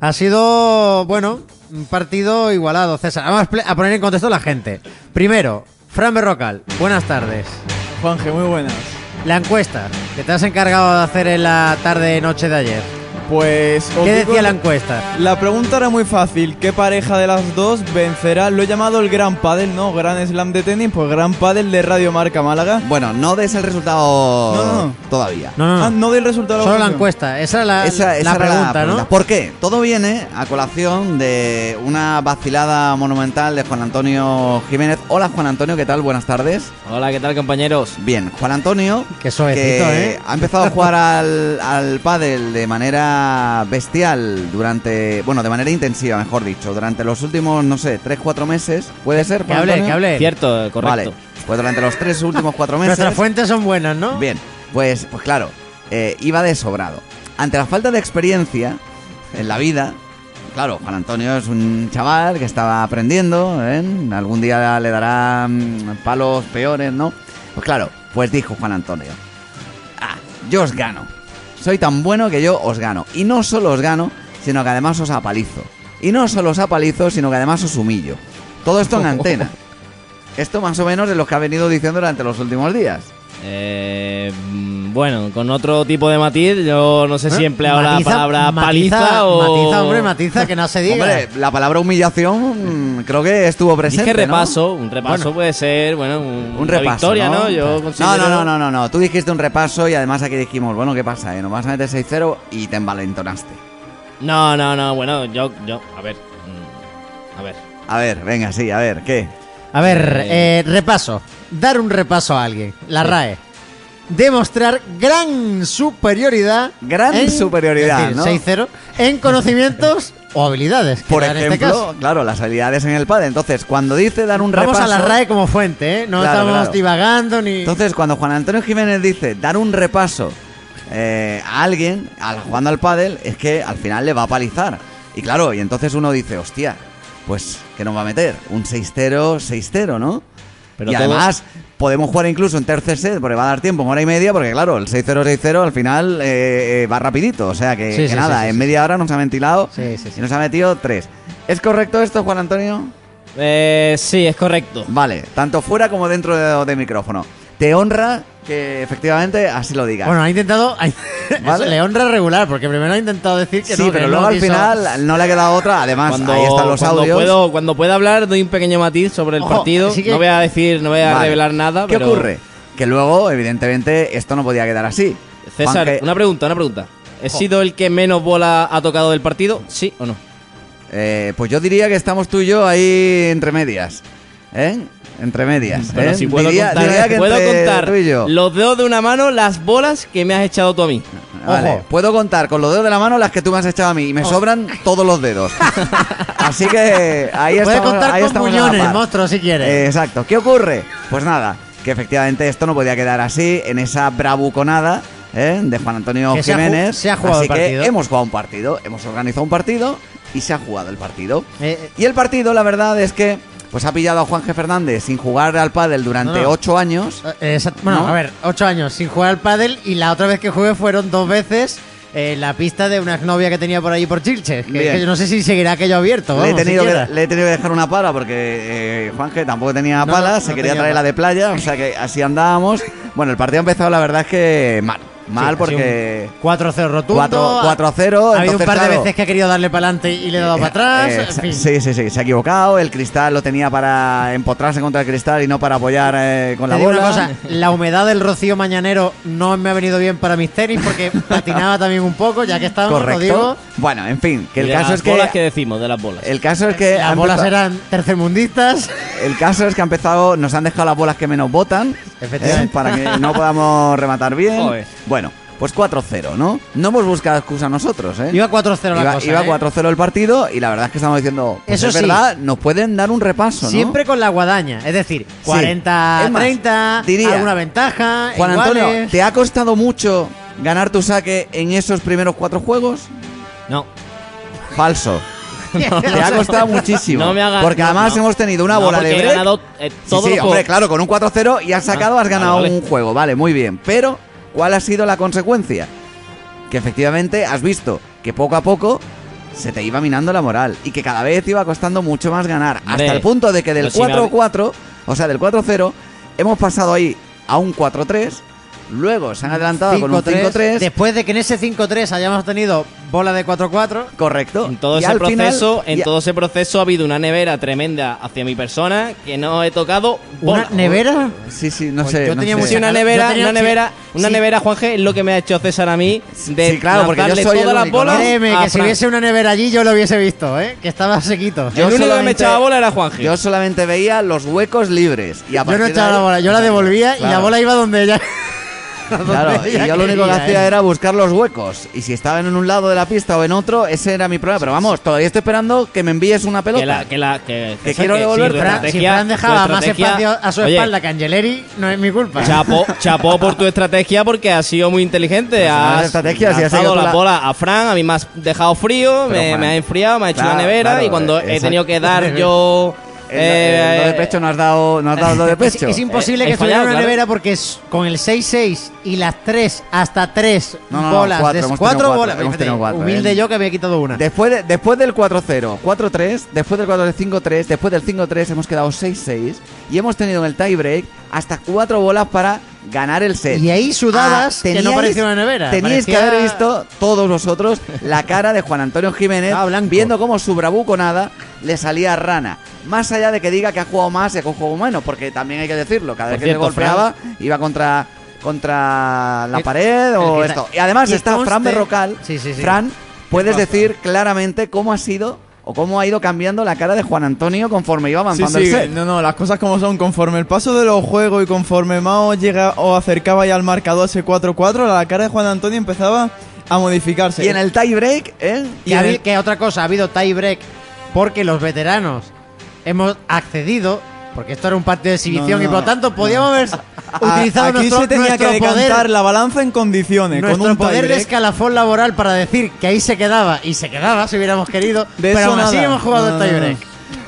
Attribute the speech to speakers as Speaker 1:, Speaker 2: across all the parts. Speaker 1: Ha sido, bueno, un partido igualado, César. Vamos a poner en contexto a la gente. Primero, Fran Berrocal, buenas tardes.
Speaker 2: Juanje, muy buenas.
Speaker 1: La encuesta que te has encargado de hacer en la tarde-noche de ayer.
Speaker 2: Pues. os
Speaker 1: ¿Qué
Speaker 2: digo
Speaker 1: decía la
Speaker 2: que-
Speaker 1: encuesta?
Speaker 2: La pregunta era muy fácil. ¿Qué pareja de las dos vencerá? Lo he llamado el Gran Padel, no Gran Slam de tenis, pues Gran Padel de Radio Marca Málaga.
Speaker 3: Bueno, no des el resultado
Speaker 2: No, no.
Speaker 3: todavía.
Speaker 1: No,
Speaker 2: Ah,
Speaker 1: no, no.
Speaker 2: no del resultado.
Speaker 1: Solo la
Speaker 2: oficial.
Speaker 1: encuesta. Esa era la,
Speaker 3: Esa,
Speaker 1: la
Speaker 3: esa era
Speaker 1: pregunta, ¿no?
Speaker 3: ¿Por qué? Todo viene a colación de una vacilada monumental de Juan Antonio Jiménez. Hola Juan Antonio, ¿qué tal? Buenas tardes.
Speaker 4: Hola, ¿qué tal compañeros?
Speaker 3: Bien, Juan Antonio,
Speaker 1: Qué suavecito,
Speaker 3: que
Speaker 1: ¿eh?
Speaker 3: ha empezado a jugar al, al pádel de manera bestial durante, bueno, de manera intensiva, mejor dicho, durante los últimos, no sé, 3-4 meses, ¿puede ser?
Speaker 1: Que
Speaker 3: Juan
Speaker 1: hable,
Speaker 3: Antonio?
Speaker 1: que hable.
Speaker 4: Cierto, eh, correcto.
Speaker 3: Vale, pues durante los tres últimos 4 meses.
Speaker 1: Nuestras fuentes son buenas, ¿no?
Speaker 3: Bien, pues, pues claro, eh, iba de sobrado. Ante la falta de experiencia en la vida, claro, Juan Antonio es un chaval que estaba aprendiendo, ¿eh? algún día le dará mm, palos peores, ¿no? Pues claro, pues dijo Juan Antonio, "Ah, yo os gano. Soy tan bueno que yo os gano. Y no solo os gano, sino que además os apalizo. Y no solo os apalizo, sino que además os humillo. Todo esto en antena. Esto más o menos es lo que ha venido diciendo durante los últimos días.
Speaker 4: Eh, mm, bueno, con otro tipo de matiz, yo no sé
Speaker 3: Eh,
Speaker 4: si he empleado
Speaker 1: Matiza-
Speaker 4: la palabra
Speaker 1: matiza-
Speaker 4: paliza o.
Speaker 1: Matiza, hombre, matiza, que no se diga.
Speaker 3: Hombre, eh, la palabra humillación mm, creo que estuvo presente.
Speaker 4: Dije
Speaker 3: ¿no?
Speaker 4: repaso, un repaso
Speaker 3: Bueno.
Speaker 4: puede ser, bueno, un,
Speaker 3: Un
Speaker 4: una
Speaker 3: repaso.
Speaker 4: victoria, ¿no? Yo
Speaker 3: no,
Speaker 4: considero-
Speaker 3: no, no, no, no, no. Tú dijiste un repaso y además aquí dijimos, bueno, ¿qué pasa? Eh? Nos vas a meter 6-0 y te envalentonaste.
Speaker 4: No, no, no, bueno, yo, yo, a ver. mm, A ver.
Speaker 3: A ver, venga, sí, a ver, ¿qué?
Speaker 1: A ver,
Speaker 4: Eh,
Speaker 1: eh, repaso. Dar un repaso a alguien. La RAE. Demostrar gran superioridad.
Speaker 3: Gran superioridad,
Speaker 1: es decir,
Speaker 3: ¿no?
Speaker 1: 6-0. En conocimientos o habilidades. que
Speaker 3: Por
Speaker 1: era en este
Speaker 3: ejemplo,
Speaker 1: caso.
Speaker 3: claro, las habilidades en el pad. Entonces, cuando dice dar un
Speaker 1: Vamos
Speaker 3: repaso.
Speaker 1: a la RAE como fuente, ¿eh? No
Speaker 3: Claro,
Speaker 1: estamos
Speaker 3: claro.
Speaker 1: divagando ni.
Speaker 3: Entonces, cuando Juan Antonio Jiménez dice dar un repaso eh, a alguien al, jugando al pádel, es que al final le va a palizar. Y claro, y entonces uno dice, hostia, pues que nos va a meter un 6-0, 6-0, ¿no?
Speaker 4: Pero
Speaker 3: y
Speaker 4: todos-
Speaker 3: además podemos jugar incluso en tercer set, porque va a dar tiempo, en hora y media, porque claro, el 6-0, 6-0 al final eh, eh, va rapidito. O sea que,
Speaker 1: Sí,
Speaker 3: que
Speaker 1: sí,
Speaker 3: nada,
Speaker 1: sí, sí,
Speaker 3: en
Speaker 1: sí.
Speaker 3: media hora nos ha ventilado
Speaker 1: Sí, sí, sí.
Speaker 3: y nos ha metido 3. ¿Es correcto esto, Juan Antonio?
Speaker 4: Eh, sí, es correcto.
Speaker 3: Vale, tanto fuera como dentro de, de micrófono. Te honra que efectivamente así lo digas.
Speaker 1: Bueno, ha intentado.
Speaker 3: Vale.
Speaker 1: Le honra regular, porque primero ha intentado decir que
Speaker 3: sí,
Speaker 1: no. que
Speaker 3: pero
Speaker 1: no
Speaker 3: luego al
Speaker 1: quiso-
Speaker 3: final no le ha quedado otra. Además,
Speaker 4: Cuando,
Speaker 3: ahí están los
Speaker 4: cuando
Speaker 3: audios.
Speaker 4: Puedo, cuando pueda hablar, doy un pequeño matiz sobre el
Speaker 1: Ojo,
Speaker 4: partido.
Speaker 1: sí que-
Speaker 4: No voy a decir, no voy a
Speaker 3: Vale.
Speaker 4: revelar nada,
Speaker 3: ¿Qué
Speaker 4: pero-
Speaker 3: ocurre? Que luego, evidentemente, esto no podía quedar así.
Speaker 4: César,
Speaker 3: Juanje,
Speaker 4: una pregunta, una pregunta. ¿He sido el que menos bola ha tocado del partido? ¿Sí o no?
Speaker 3: eh, pues yo diría que estamos tú y yo ahí entre medias. ¿Eh? Entre medias.
Speaker 4: Bueno,
Speaker 3: ¿eh?
Speaker 4: si puedo
Speaker 3: Diría-
Speaker 4: contar,
Speaker 3: diría que
Speaker 4: puedo
Speaker 3: entre
Speaker 4: contar
Speaker 3: tú y yo.
Speaker 4: los dedos de una mano las bolas que me has echado tú a mí.
Speaker 3: Vale,
Speaker 1: Ojo.
Speaker 3: puedo contar con los dedos de la mano las que tú me has echado a mí y me sobran todos los dedos. Así que ahí
Speaker 1: Puedes
Speaker 3: estamos.
Speaker 1: contar
Speaker 3: ahí
Speaker 1: con
Speaker 3: estamos a la
Speaker 1: muñones,
Speaker 3: par.
Speaker 1: monstruo, si quieres.
Speaker 3: Eh, exacto. ¿Qué ocurre? Pues nada, que efectivamente esto no podía quedar así en esa bravuconada. ¿eh? de Juan Antonio
Speaker 1: Que se ha ju-
Speaker 3: Jiménez.
Speaker 1: se ha jugado
Speaker 3: Así
Speaker 1: el
Speaker 3: que
Speaker 1: partido.
Speaker 3: hemos jugado un partido, hemos organizado un partido y se ha jugado el partido.
Speaker 1: Eh, eh.
Speaker 3: Y el partido, la verdad es que pues ha pillado a Juan G. Fernández sin jugar al pádel durante
Speaker 1: No, no.
Speaker 3: ocho años.
Speaker 1: Eh, exact- Bueno,
Speaker 3: ¿No?
Speaker 1: a ver, ocho años sin jugar al pádel y la otra vez que jugué fueron dos veces eh, en la pista de una novia que tenía por allí por Chilches. Que,
Speaker 3: Bien.
Speaker 1: que yo no sé si seguirá aquello abierto.
Speaker 3: Le he,
Speaker 1: vamos,
Speaker 3: tenido que,
Speaker 1: siquiera.
Speaker 3: le he tenido que dejar una pala porque eh, Juanje tampoco tenía
Speaker 1: No,
Speaker 3: pala,
Speaker 1: no,
Speaker 3: se
Speaker 1: no
Speaker 3: quería
Speaker 1: tenía
Speaker 3: traer la
Speaker 1: pala.
Speaker 3: de playa, o sea que así andábamos. Bueno, el partido ha empezado, la verdad es que mal.
Speaker 1: Sí, ha
Speaker 3: Mal
Speaker 1: sido
Speaker 3: porque.
Speaker 1: un 4-0 rotundo.
Speaker 3: 4 4-0,
Speaker 1: Ha habido un
Speaker 3: entonces,
Speaker 1: par de
Speaker 3: claro,
Speaker 1: veces que ha querido darle para adelante y le he dado para
Speaker 3: eh,
Speaker 1: atrás. en fin.
Speaker 3: sí, sí, sí, se ha equivocado. El cristal lo tenía para empotrarse contra el cristal y no para apoyar eh, con
Speaker 1: Te
Speaker 3: la
Speaker 1: digo
Speaker 3: bola.
Speaker 1: una cosa, la humedad del rocío mañanero no me ha venido bien para mis tenis porque patinaba también un poco, ya que estábamos,
Speaker 3: Correcto.
Speaker 1: lo digo.
Speaker 3: Bueno, en fin, que el
Speaker 4: de
Speaker 3: caso
Speaker 4: las
Speaker 3: es que. Eh,
Speaker 4: bolas que decimos, de las bolas.
Speaker 3: El caso es que.
Speaker 1: Las
Speaker 3: han
Speaker 1: bolas
Speaker 3: empezado-
Speaker 1: eran tercermundistas.
Speaker 3: El caso es que ha empezado, nos han dejado las bolas que menos votan,
Speaker 1: Efectivamente.
Speaker 3: ¿eh? para que no podamos rematar bien.
Speaker 4: Joder.
Speaker 3: Bueno, pues 4-0, ¿no? No hemos buscado excusa nosotros, ¿eh?
Speaker 1: Iba 4-0 la
Speaker 3: Iba-
Speaker 1: cosa.
Speaker 3: iba
Speaker 1: ¿eh?
Speaker 3: 4-0 el partido y la verdad es que estamos diciendo, pues
Speaker 1: Eso
Speaker 3: es
Speaker 1: sí.
Speaker 3: verdad, nos pueden dar un repaso, ¿no?
Speaker 1: Siempre con la guadaña, es decir,
Speaker 3: Sí.
Speaker 1: 40,
Speaker 3: Es más,
Speaker 1: 30,
Speaker 3: diría,
Speaker 1: alguna ventaja,
Speaker 3: Juan
Speaker 1: iguales.
Speaker 3: Antonio, ¿te ha costado mucho ganar tu saque en esos primeros cuatro juegos?
Speaker 4: No.
Speaker 3: Falso. Te ha costado muchísimo.
Speaker 4: No me hagas-
Speaker 3: porque
Speaker 4: no,
Speaker 3: además
Speaker 4: no.
Speaker 3: hemos tenido una
Speaker 4: No,
Speaker 3: bola de
Speaker 4: porque he
Speaker 3: break.
Speaker 4: ganado eh,
Speaker 3: Sí,
Speaker 4: todos
Speaker 3: sí,
Speaker 4: los
Speaker 3: hombre,
Speaker 4: juegos.
Speaker 3: claro, con un 4-0 y has sacado,
Speaker 4: Ah,
Speaker 3: has ganado
Speaker 4: vale, vale.
Speaker 3: un juego, vale, muy bien. Pero, ¿cuál ha sido la consecuencia? Que efectivamente has visto que poco a poco se te iba minando la moral y que cada vez te iba costando mucho más ganar.
Speaker 4: Hombre,
Speaker 3: hasta el punto de que del
Speaker 4: pero si me hab-
Speaker 3: 4-4, o sea, del 4-0, hemos pasado ahí a un 4-3. Luego se han adelantado con un 5-3.
Speaker 1: Después de que en ese 5-3 hayamos tenido bola de 4-4.
Speaker 3: Correcto.
Speaker 4: En todo
Speaker 3: Y
Speaker 4: ese
Speaker 3: al final-
Speaker 4: proceso, en
Speaker 3: y-
Speaker 4: todo ese proceso ha habido una nevera tremenda hacia mi persona que no he tocado.
Speaker 1: ¿Una
Speaker 4: bola.
Speaker 1: nevera?
Speaker 3: Sí, sí, no
Speaker 1: Pues
Speaker 3: sé.
Speaker 1: yo
Speaker 3: no
Speaker 1: tenía
Speaker 3: sé.
Speaker 1: mucha
Speaker 4: Sí, una
Speaker 1: Yo
Speaker 4: nevera,
Speaker 1: tenía-
Speaker 4: una nevera,
Speaker 1: sí,
Speaker 4: una
Speaker 1: sí.
Speaker 4: nevera, Juanje, es lo que me ha hecho César a mí de
Speaker 3: Sí, claro, porque yo
Speaker 4: lanzarle
Speaker 3: soy el
Speaker 4: todas las
Speaker 3: único,
Speaker 4: bolas.
Speaker 3: ¿no?
Speaker 1: Créeme,
Speaker 4: a
Speaker 1: que si
Speaker 4: Fran.
Speaker 1: hubiese una nevera allí yo lo hubiese visto, ¿eh? Que estaba sequito.
Speaker 3: Yo
Speaker 4: el único que me
Speaker 3: solamente-
Speaker 4: echaba bola era Juanje.
Speaker 3: Yo solamente veía los huecos libres. Y
Speaker 1: Yo
Speaker 3: a
Speaker 1: no
Speaker 3: partir de
Speaker 1: echaba
Speaker 3: ahí-
Speaker 1: la bola, yo la devolvía y la
Speaker 3: Claro.
Speaker 1: bola iba donde ella. donde
Speaker 3: Claro, y
Speaker 1: ella
Speaker 3: yo lo único que
Speaker 1: quería,
Speaker 3: hacía
Speaker 1: ¿eh?
Speaker 3: era buscar los huecos. Y si estaban en un lado de la pista o en otro, ese era mi problema. Pero vamos, todavía estoy esperando que me envíes una pelota.
Speaker 4: que la, que la, que,
Speaker 3: Que
Speaker 4: eso,
Speaker 3: quiero
Speaker 4: que si
Speaker 3: devolver,
Speaker 4: tu
Speaker 1: Fran- si
Speaker 4: estrategia-
Speaker 1: Fran dejaba
Speaker 4: tu
Speaker 1: más
Speaker 4: estrategia-
Speaker 1: espacio a su
Speaker 4: Oye,
Speaker 1: espalda que Angeleri, no es mi culpa.
Speaker 4: Chapó, chapó por tu estrategia porque has sido muy inteligente.
Speaker 3: Pues no
Speaker 4: Has
Speaker 3: es estrategia, si has
Speaker 4: lanzado
Speaker 3: seguido tú
Speaker 4: la
Speaker 3: la-
Speaker 4: bola a Fran, a mí me has dejado frío,
Speaker 3: Pero,
Speaker 4: me,
Speaker 3: Fran,
Speaker 4: me has enfriado, me has hecho
Speaker 3: claro,
Speaker 4: una nevera
Speaker 3: claro,
Speaker 4: y cuando he
Speaker 3: exacto.
Speaker 4: tenido que dar yo...
Speaker 3: El, el do de pecho no has dado, no has dado el do de
Speaker 1: Eh, Es,
Speaker 3: pecho.
Speaker 1: es imposible
Speaker 4: Eh,
Speaker 1: que
Speaker 4: he
Speaker 1: estuviera en
Speaker 4: fallado,
Speaker 1: una
Speaker 4: claro.
Speaker 1: nevera porque es, con el 6-6 y las 3, hasta 3
Speaker 3: No, no, no,
Speaker 1: bolas.
Speaker 3: cuatro,
Speaker 1: de,
Speaker 3: hemos tenido
Speaker 1: cuatro
Speaker 3: cuatro,
Speaker 1: bolas.
Speaker 3: hemos
Speaker 1: fíjate,
Speaker 3: tenido cuatro,
Speaker 1: humilde
Speaker 3: ¿eh?
Speaker 1: yo que había quitado una.
Speaker 3: Después, de- después del 4-0, 4-3, después del 4-5-3, después del 5-3 hemos quedado 6-6 y hemos tenido en el tiebreak hasta cuatro bolas para ganar el set.
Speaker 1: Y ahí sudadas
Speaker 3: Ah,
Speaker 1: que no parecía una nevera,
Speaker 3: Teníais
Speaker 1: parecía-
Speaker 3: que haber visto todos vosotros la cara de Juan Antonio Jiménez
Speaker 1: Estaba blanco.
Speaker 3: viendo cómo su bravuconada le salía rana. Más allá de que diga que ha jugado más y que ha jugado menos, porque también hay que decirlo, cada vez
Speaker 4: Por
Speaker 3: que
Speaker 4: cierto,
Speaker 3: le golpeaba iba contra contra la pared o
Speaker 1: el-
Speaker 3: esto. Y además
Speaker 1: y
Speaker 3: está
Speaker 1: conste-
Speaker 3: Fran Berrocal.
Speaker 1: Sí, sí, sí.
Speaker 3: Fran, puedes decir claramente cómo ha sido o cómo ha ido cambiando la cara de Juan Antonio conforme iba
Speaker 2: Sí,
Speaker 3: avanzando
Speaker 2: sí,
Speaker 3: el set.
Speaker 2: no, no, las cosas como son, conforme el paso de los juegos y conforme más os llega o acercaba ya al marcador ese 4-4, la cara de Juan Antonio empezaba a modificarse.
Speaker 3: Y en el tie break, ¿eh?
Speaker 1: Que,
Speaker 2: Y en
Speaker 1: habi-
Speaker 2: el-
Speaker 1: que otra cosa, ha habido tie break porque los veteranos hemos accedido, porque esto era un partido de exhibición
Speaker 2: No, no,
Speaker 1: y por lo
Speaker 2: no,
Speaker 1: tanto podíamos haber
Speaker 2: A-
Speaker 1: utilizado
Speaker 2: aquí
Speaker 1: nuestro,
Speaker 2: se tenía
Speaker 1: nuestro
Speaker 2: que decantar
Speaker 1: poder,
Speaker 2: la balanza en condiciones,
Speaker 1: nuestro
Speaker 2: con un
Speaker 1: poder de
Speaker 2: tiebreak.
Speaker 1: escalafón laboral para decir que ahí se quedaba y se quedaba si hubiéramos querido,
Speaker 2: De
Speaker 1: pero
Speaker 2: eso
Speaker 1: aún así
Speaker 2: nada.
Speaker 1: hemos jugado
Speaker 2: No,
Speaker 1: el tie
Speaker 2: no,
Speaker 1: break.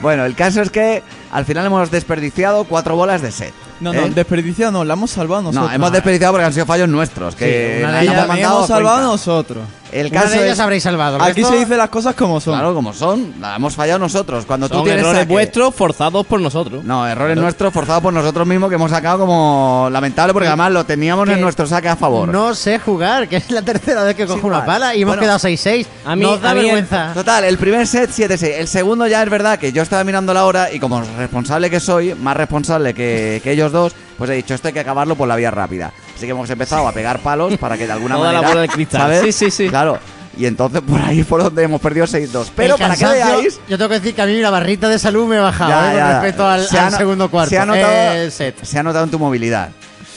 Speaker 3: Bueno, el caso es que al final hemos desperdiciado cuatro bolas de set.
Speaker 2: No,
Speaker 3: ¿eh?
Speaker 2: no, desperdiciado no, eh. la hemos salvado nosotros.
Speaker 3: No, hemos desperdiciado porque han sido fallos nuestros. Que
Speaker 1: Sí, una de
Speaker 3: la
Speaker 1: ellas-
Speaker 3: hemos
Speaker 2: La
Speaker 3: mandado
Speaker 2: hemos
Speaker 3: a
Speaker 2: salvado
Speaker 3: cuenca.
Speaker 2: nosotros.
Speaker 3: El
Speaker 1: Una
Speaker 3: caso
Speaker 1: de ellas
Speaker 3: es,
Speaker 1: habréis salvado. porque
Speaker 2: Aquí
Speaker 1: esto-
Speaker 2: se dice las cosas como son.
Speaker 3: claro, como son, la hemos fallado nosotros. Cuando tú
Speaker 4: Son
Speaker 3: tienes
Speaker 4: errores
Speaker 3: saque-
Speaker 4: vuestros forzados por nosotros.
Speaker 3: No, errores nuestros forzados por nosotros mismos que hemos sacado como lamentable porque además lo teníamos
Speaker 1: Que
Speaker 3: en nuestro saque a favor.
Speaker 1: No sé jugar, que es la tercera vez que cojo una
Speaker 3: igual.
Speaker 1: pala y hemos
Speaker 3: Bueno,
Speaker 1: quedado 6-6.
Speaker 4: a mí-
Speaker 1: Nos da
Speaker 4: a mí el-
Speaker 1: vergüenza.
Speaker 3: Total, el primer set 7-6. El segundo ya es verdad que yo estaba mirando la hora y como responsable que soy, más responsable que, que ellos dos, pues he dicho, esto hay que acabarlo por la vía rápida. Así que hemos empezado a pegar palos para que de alguna
Speaker 4: Toda la
Speaker 3: manera...
Speaker 4: bola de cristal.
Speaker 3: ¿sabes?
Speaker 4: Sí, sí, sí.
Speaker 3: Claro. Y entonces por ahí por donde hemos perdido 6-2. Pero
Speaker 1: El
Speaker 3: para que
Speaker 1: cansancio,
Speaker 3: veáis...
Speaker 1: Yo tengo que decir que a mí la barrita de salud me ha bajado
Speaker 3: Ya,
Speaker 1: eh, con
Speaker 3: ya, ya.
Speaker 1: respecto al,
Speaker 3: Se ha
Speaker 1: al
Speaker 3: no-
Speaker 1: segundo cuarto.
Speaker 3: Se ha notado,
Speaker 1: eh, set.
Speaker 3: se ha notado en tu movilidad.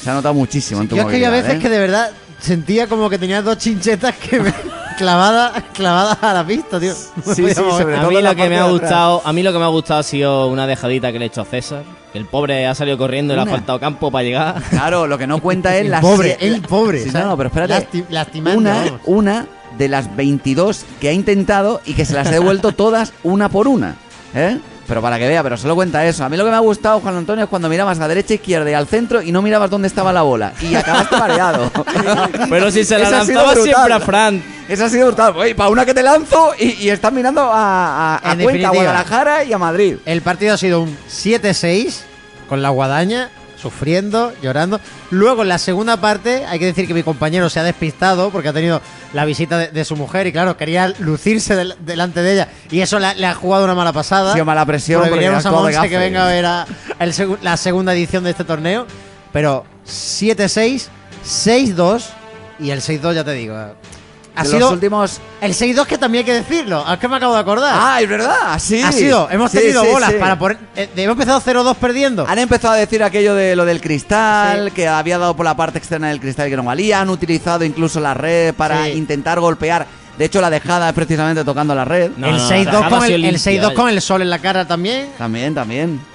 Speaker 3: Se ha notado muchísimo en tu
Speaker 1: Yo es que yo
Speaker 3: movilidad.
Speaker 1: a veces
Speaker 3: ¿eh?
Speaker 1: que de verdad sentía como que tenía dos chinchetas que me clavadas clavadas a la pista, tío. No me
Speaker 3: Sí,
Speaker 1: podía
Speaker 3: sí,
Speaker 1: mover.
Speaker 3: sobre
Speaker 4: A
Speaker 3: todo
Speaker 4: mí
Speaker 3: en la
Speaker 4: lo que me
Speaker 3: parte
Speaker 4: ha
Speaker 3: de atrás.
Speaker 4: gustado, a mí lo que me ha gustado ha sido una dejadita que le he hecho a César, que el pobre ha salido corriendo y le
Speaker 3: Una.
Speaker 4: ha faltado campo para llegar.
Speaker 3: Claro, lo que no cuenta es
Speaker 1: El
Speaker 3: la
Speaker 1: pobre,
Speaker 3: sie-
Speaker 1: el pobre.
Speaker 3: Sí,
Speaker 1: ¿sabes?
Speaker 3: no, pero espérate.
Speaker 1: Lasti- lastimando,
Speaker 3: una,
Speaker 1: vamos.
Speaker 3: una de las 22 que ha intentado y que se las ha devuelto todas una por una. ¿eh? Pero para que vea, pero solo cuenta eso. A mí lo que me ha gustado, Juan Antonio, es cuando mirabas a derecha, e izquierda y al centro y no mirabas dónde estaba la bola. Y acabaste mareado. Pues
Speaker 4: Pero si se la
Speaker 3: Eso ha sido
Speaker 4: lanzaba
Speaker 3: brutal.
Speaker 4: siempre a Fran.
Speaker 3: Eso ha sido brutal. Oye, para una que te lanzo y, y estás mirando a, a, a
Speaker 1: En
Speaker 3: Cuenca, a
Speaker 1: definitiva.
Speaker 3: Guadalajara y a Madrid.
Speaker 1: El partido ha sido un 7-6 con la guadaña, sufriendo, llorando. Luego en la segunda parte hay que decir que mi compañero se ha despistado porque ha tenido la visita de, de su mujer y claro, quería lucirse del- delante de ella y eso le, ha- le ha jugado una mala pasada.
Speaker 3: Ha sido mala presión, porque
Speaker 1: Prohibiríamos a
Speaker 3: actuaba de
Speaker 1: Monse que
Speaker 3: gafe.
Speaker 1: venga a ver a- el segu- la segunda edición de este torneo, pero 7-6, 6-2 y el 6-2 ya te digo. Ha
Speaker 3: De
Speaker 1: sido
Speaker 3: los últimos...
Speaker 1: el 6-2 que también hay que decirlo, es que me acabo de acordar.
Speaker 3: Ah, es verdad, sí.
Speaker 1: Ha sido, hemos
Speaker 3: Sí,
Speaker 1: tenido
Speaker 3: sí,
Speaker 1: bolas
Speaker 3: sí.
Speaker 1: para poner. eh, hemos empezado 0-2 perdiendo.
Speaker 2: Ah,
Speaker 3: Han empezado a decir aquello de lo del cristal,
Speaker 1: Sí.
Speaker 3: que había dado por la parte externa del cristal que no valía. Han utilizado incluso la red para
Speaker 1: Sí.
Speaker 3: intentar golpear. De hecho, la dejada es precisamente tocando la red.
Speaker 4: No,
Speaker 1: el
Speaker 4: no, no,
Speaker 1: 6-2
Speaker 4: Tajada
Speaker 1: con, el-
Speaker 4: ha sido
Speaker 1: el
Speaker 4: limpia,
Speaker 1: 6-2
Speaker 4: vaya.
Speaker 1: con el sol en la cara también.
Speaker 3: También, también.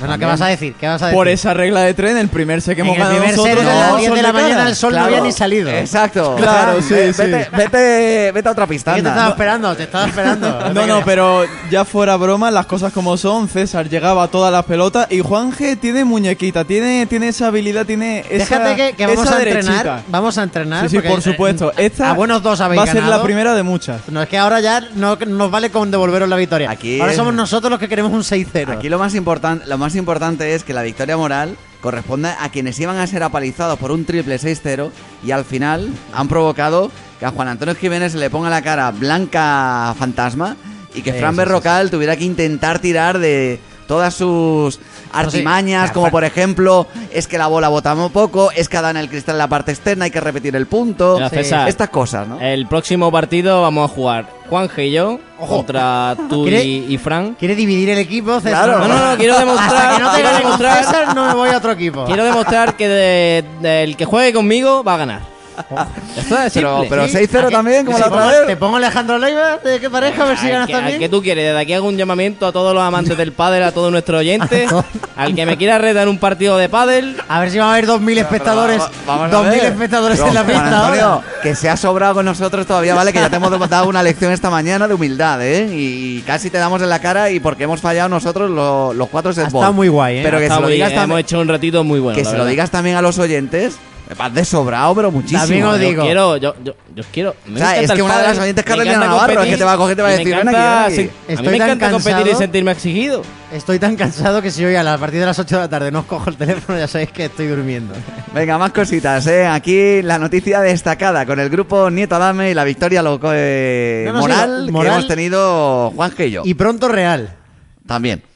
Speaker 1: No, no, ¿qué
Speaker 3: También.
Speaker 1: vas a decir? ¿Qué vas a decir?
Speaker 2: Por esa regla de tren, el primer set que
Speaker 1: En
Speaker 2: hemos
Speaker 1: el
Speaker 2: ganado
Speaker 1: primer set
Speaker 2: nosotros.
Speaker 1: era a las
Speaker 2: no,
Speaker 1: 10 de
Speaker 2: son
Speaker 1: la
Speaker 2: cara.
Speaker 1: mañana, el sol no había ni salido.
Speaker 3: Exacto.
Speaker 2: Claro,
Speaker 3: Fran,
Speaker 2: sí,
Speaker 3: ve-
Speaker 2: sí.
Speaker 3: Vete, vete, vete a otra pista.
Speaker 1: ¿Qué te
Speaker 3: anda.
Speaker 1: estaba esperando? Te estaba esperando.
Speaker 2: No, no, pero ya fuera broma, las cosas como son, César llegaba a todas las pelotas y Juan G tiene muñequita, tiene, tiene esa habilidad, tiene esa
Speaker 1: Déjate que, que vamos
Speaker 2: esa
Speaker 1: a entrenar.
Speaker 2: derechita.
Speaker 1: Vamos a entrenar.
Speaker 2: Sí, sí,
Speaker 1: porque,
Speaker 2: por
Speaker 1: eh,
Speaker 2: supuesto.
Speaker 1: eh,
Speaker 2: Esta
Speaker 1: a buenos dos habéis
Speaker 2: va a ser
Speaker 1: ganado.
Speaker 2: la primera de muchas.
Speaker 1: No, es que ahora ya no nos vale con devolveros la victoria.
Speaker 3: Aquí-
Speaker 1: ahora somos nosotros los que queremos un 6-0.
Speaker 3: Aquí lo más, importante, lo más importante es que la victoria moral corresponde a quienes iban a ser apalizados por un triple 6-0 y al final han provocado que a Juan Antonio Jiménez se le ponga la cara blanca fantasma y que
Speaker 1: Sí,
Speaker 3: Fran
Speaker 1: sí,
Speaker 3: Berrocal tuviera que intentar tirar de todas sus artimañas,
Speaker 1: Ah,
Speaker 3: como
Speaker 1: Fran-
Speaker 3: por ejemplo, es que la bola bota muy poco, es que dan el cristal en la parte externa, hay que repetir el punto,
Speaker 4: Mira,
Speaker 1: Sí.
Speaker 4: César,
Speaker 3: estas cosas,
Speaker 1: Eh,
Speaker 3: ¿no?
Speaker 4: El próximo partido vamos a jugar Juanje y yo
Speaker 1: Ojo.
Speaker 3: Ah,
Speaker 4: contra tú
Speaker 1: ¿Quiere-
Speaker 4: y, y Fran.
Speaker 1: ¿Quieres dividir el equipo, César?
Speaker 3: Claro.
Speaker 4: No, no, no, quiero
Speaker 1: Hasta
Speaker 4: demostrar,
Speaker 1: que no te
Speaker 4: quiero
Speaker 1: gane con
Speaker 4: demostrar,
Speaker 1: César, no me voy a otro equipo.
Speaker 4: quiero demostrar que de- de- el que juegue conmigo va a ganar. Esto es
Speaker 3: Pero,
Speaker 4: simple.
Speaker 3: pero
Speaker 4: Sí.
Speaker 3: 6-0 también, como
Speaker 1: Te
Speaker 3: la otra
Speaker 1: pongo-
Speaker 3: vez.
Speaker 1: Te pongo Alejandro Leiva, ¿de qué pareja? A ver si
Speaker 4: Al
Speaker 1: ganas
Speaker 4: que- al
Speaker 1: también.
Speaker 4: que tú quieres, desde aquí hago un llamamiento a todos los amantes del pádel, a todos nuestros oyentes, al que me quiera retar un partido de pádel,
Speaker 1: A ver si van a haber 2.000 espectadores.
Speaker 3: Pero va- va- vamos a
Speaker 1: 2.000
Speaker 3: ver.
Speaker 1: espectadores
Speaker 3: Pero,
Speaker 1: en la
Speaker 3: Juan
Speaker 1: pista
Speaker 3: Antonio,
Speaker 1: ahora.
Speaker 3: Que se ha sobrado con nosotros todavía, ¿vale? Que ya te hemos dado una lección esta mañana de humildad, ¿eh? Y casi te damos en la cara y porque hemos fallado nosotros lo- los cuatro set
Speaker 1: Ha
Speaker 3: ball.
Speaker 1: estado muy guay, ¿eh?
Speaker 3: Pero que
Speaker 4: Está
Speaker 3: se lo
Speaker 4: muy-
Speaker 3: digas
Speaker 4: hemos
Speaker 3: también,
Speaker 4: hecho un ratito muy bueno.
Speaker 3: que
Speaker 4: la
Speaker 3: se lo
Speaker 4: verdad.
Speaker 3: digas también a los oyentes. Vas de sobrado, pero muchísimo.
Speaker 1: También os
Speaker 3: ¿eh?
Speaker 4: Yo
Speaker 1: digo.
Speaker 4: quiero, yo, yo, yo quiero. me
Speaker 3: O sea,
Speaker 4: encanta
Speaker 3: es
Speaker 4: el
Speaker 3: que una de
Speaker 4: pádel,
Speaker 3: las oyentes,
Speaker 4: me
Speaker 3: Carolina
Speaker 4: encanta
Speaker 3: Navarro, es
Speaker 4: competir,
Speaker 3: que te va a coger y te va a
Speaker 4: y me
Speaker 3: decir, "Ven aquí,
Speaker 4: encanta
Speaker 3: ven aquí".
Speaker 4: sen- a mí
Speaker 1: Estoy
Speaker 4: me
Speaker 1: tan
Speaker 4: encanta competir y
Speaker 1: cansado.
Speaker 4: sentirme exigido.
Speaker 1: Estoy tan cansado que si hoy a las partir de las 8 de la tarde no os cojo el teléfono, ya sabéis que estoy durmiendo.
Speaker 3: Venga, más cositas, ¿eh? Aquí la noticia destacada con el grupo Nieto Adame y la victoria loco, eh,
Speaker 1: No, no, sí,
Speaker 3: moral,
Speaker 1: moral.
Speaker 3: que hemos tenido Juan y yo.
Speaker 1: Y pronto real.
Speaker 3: También.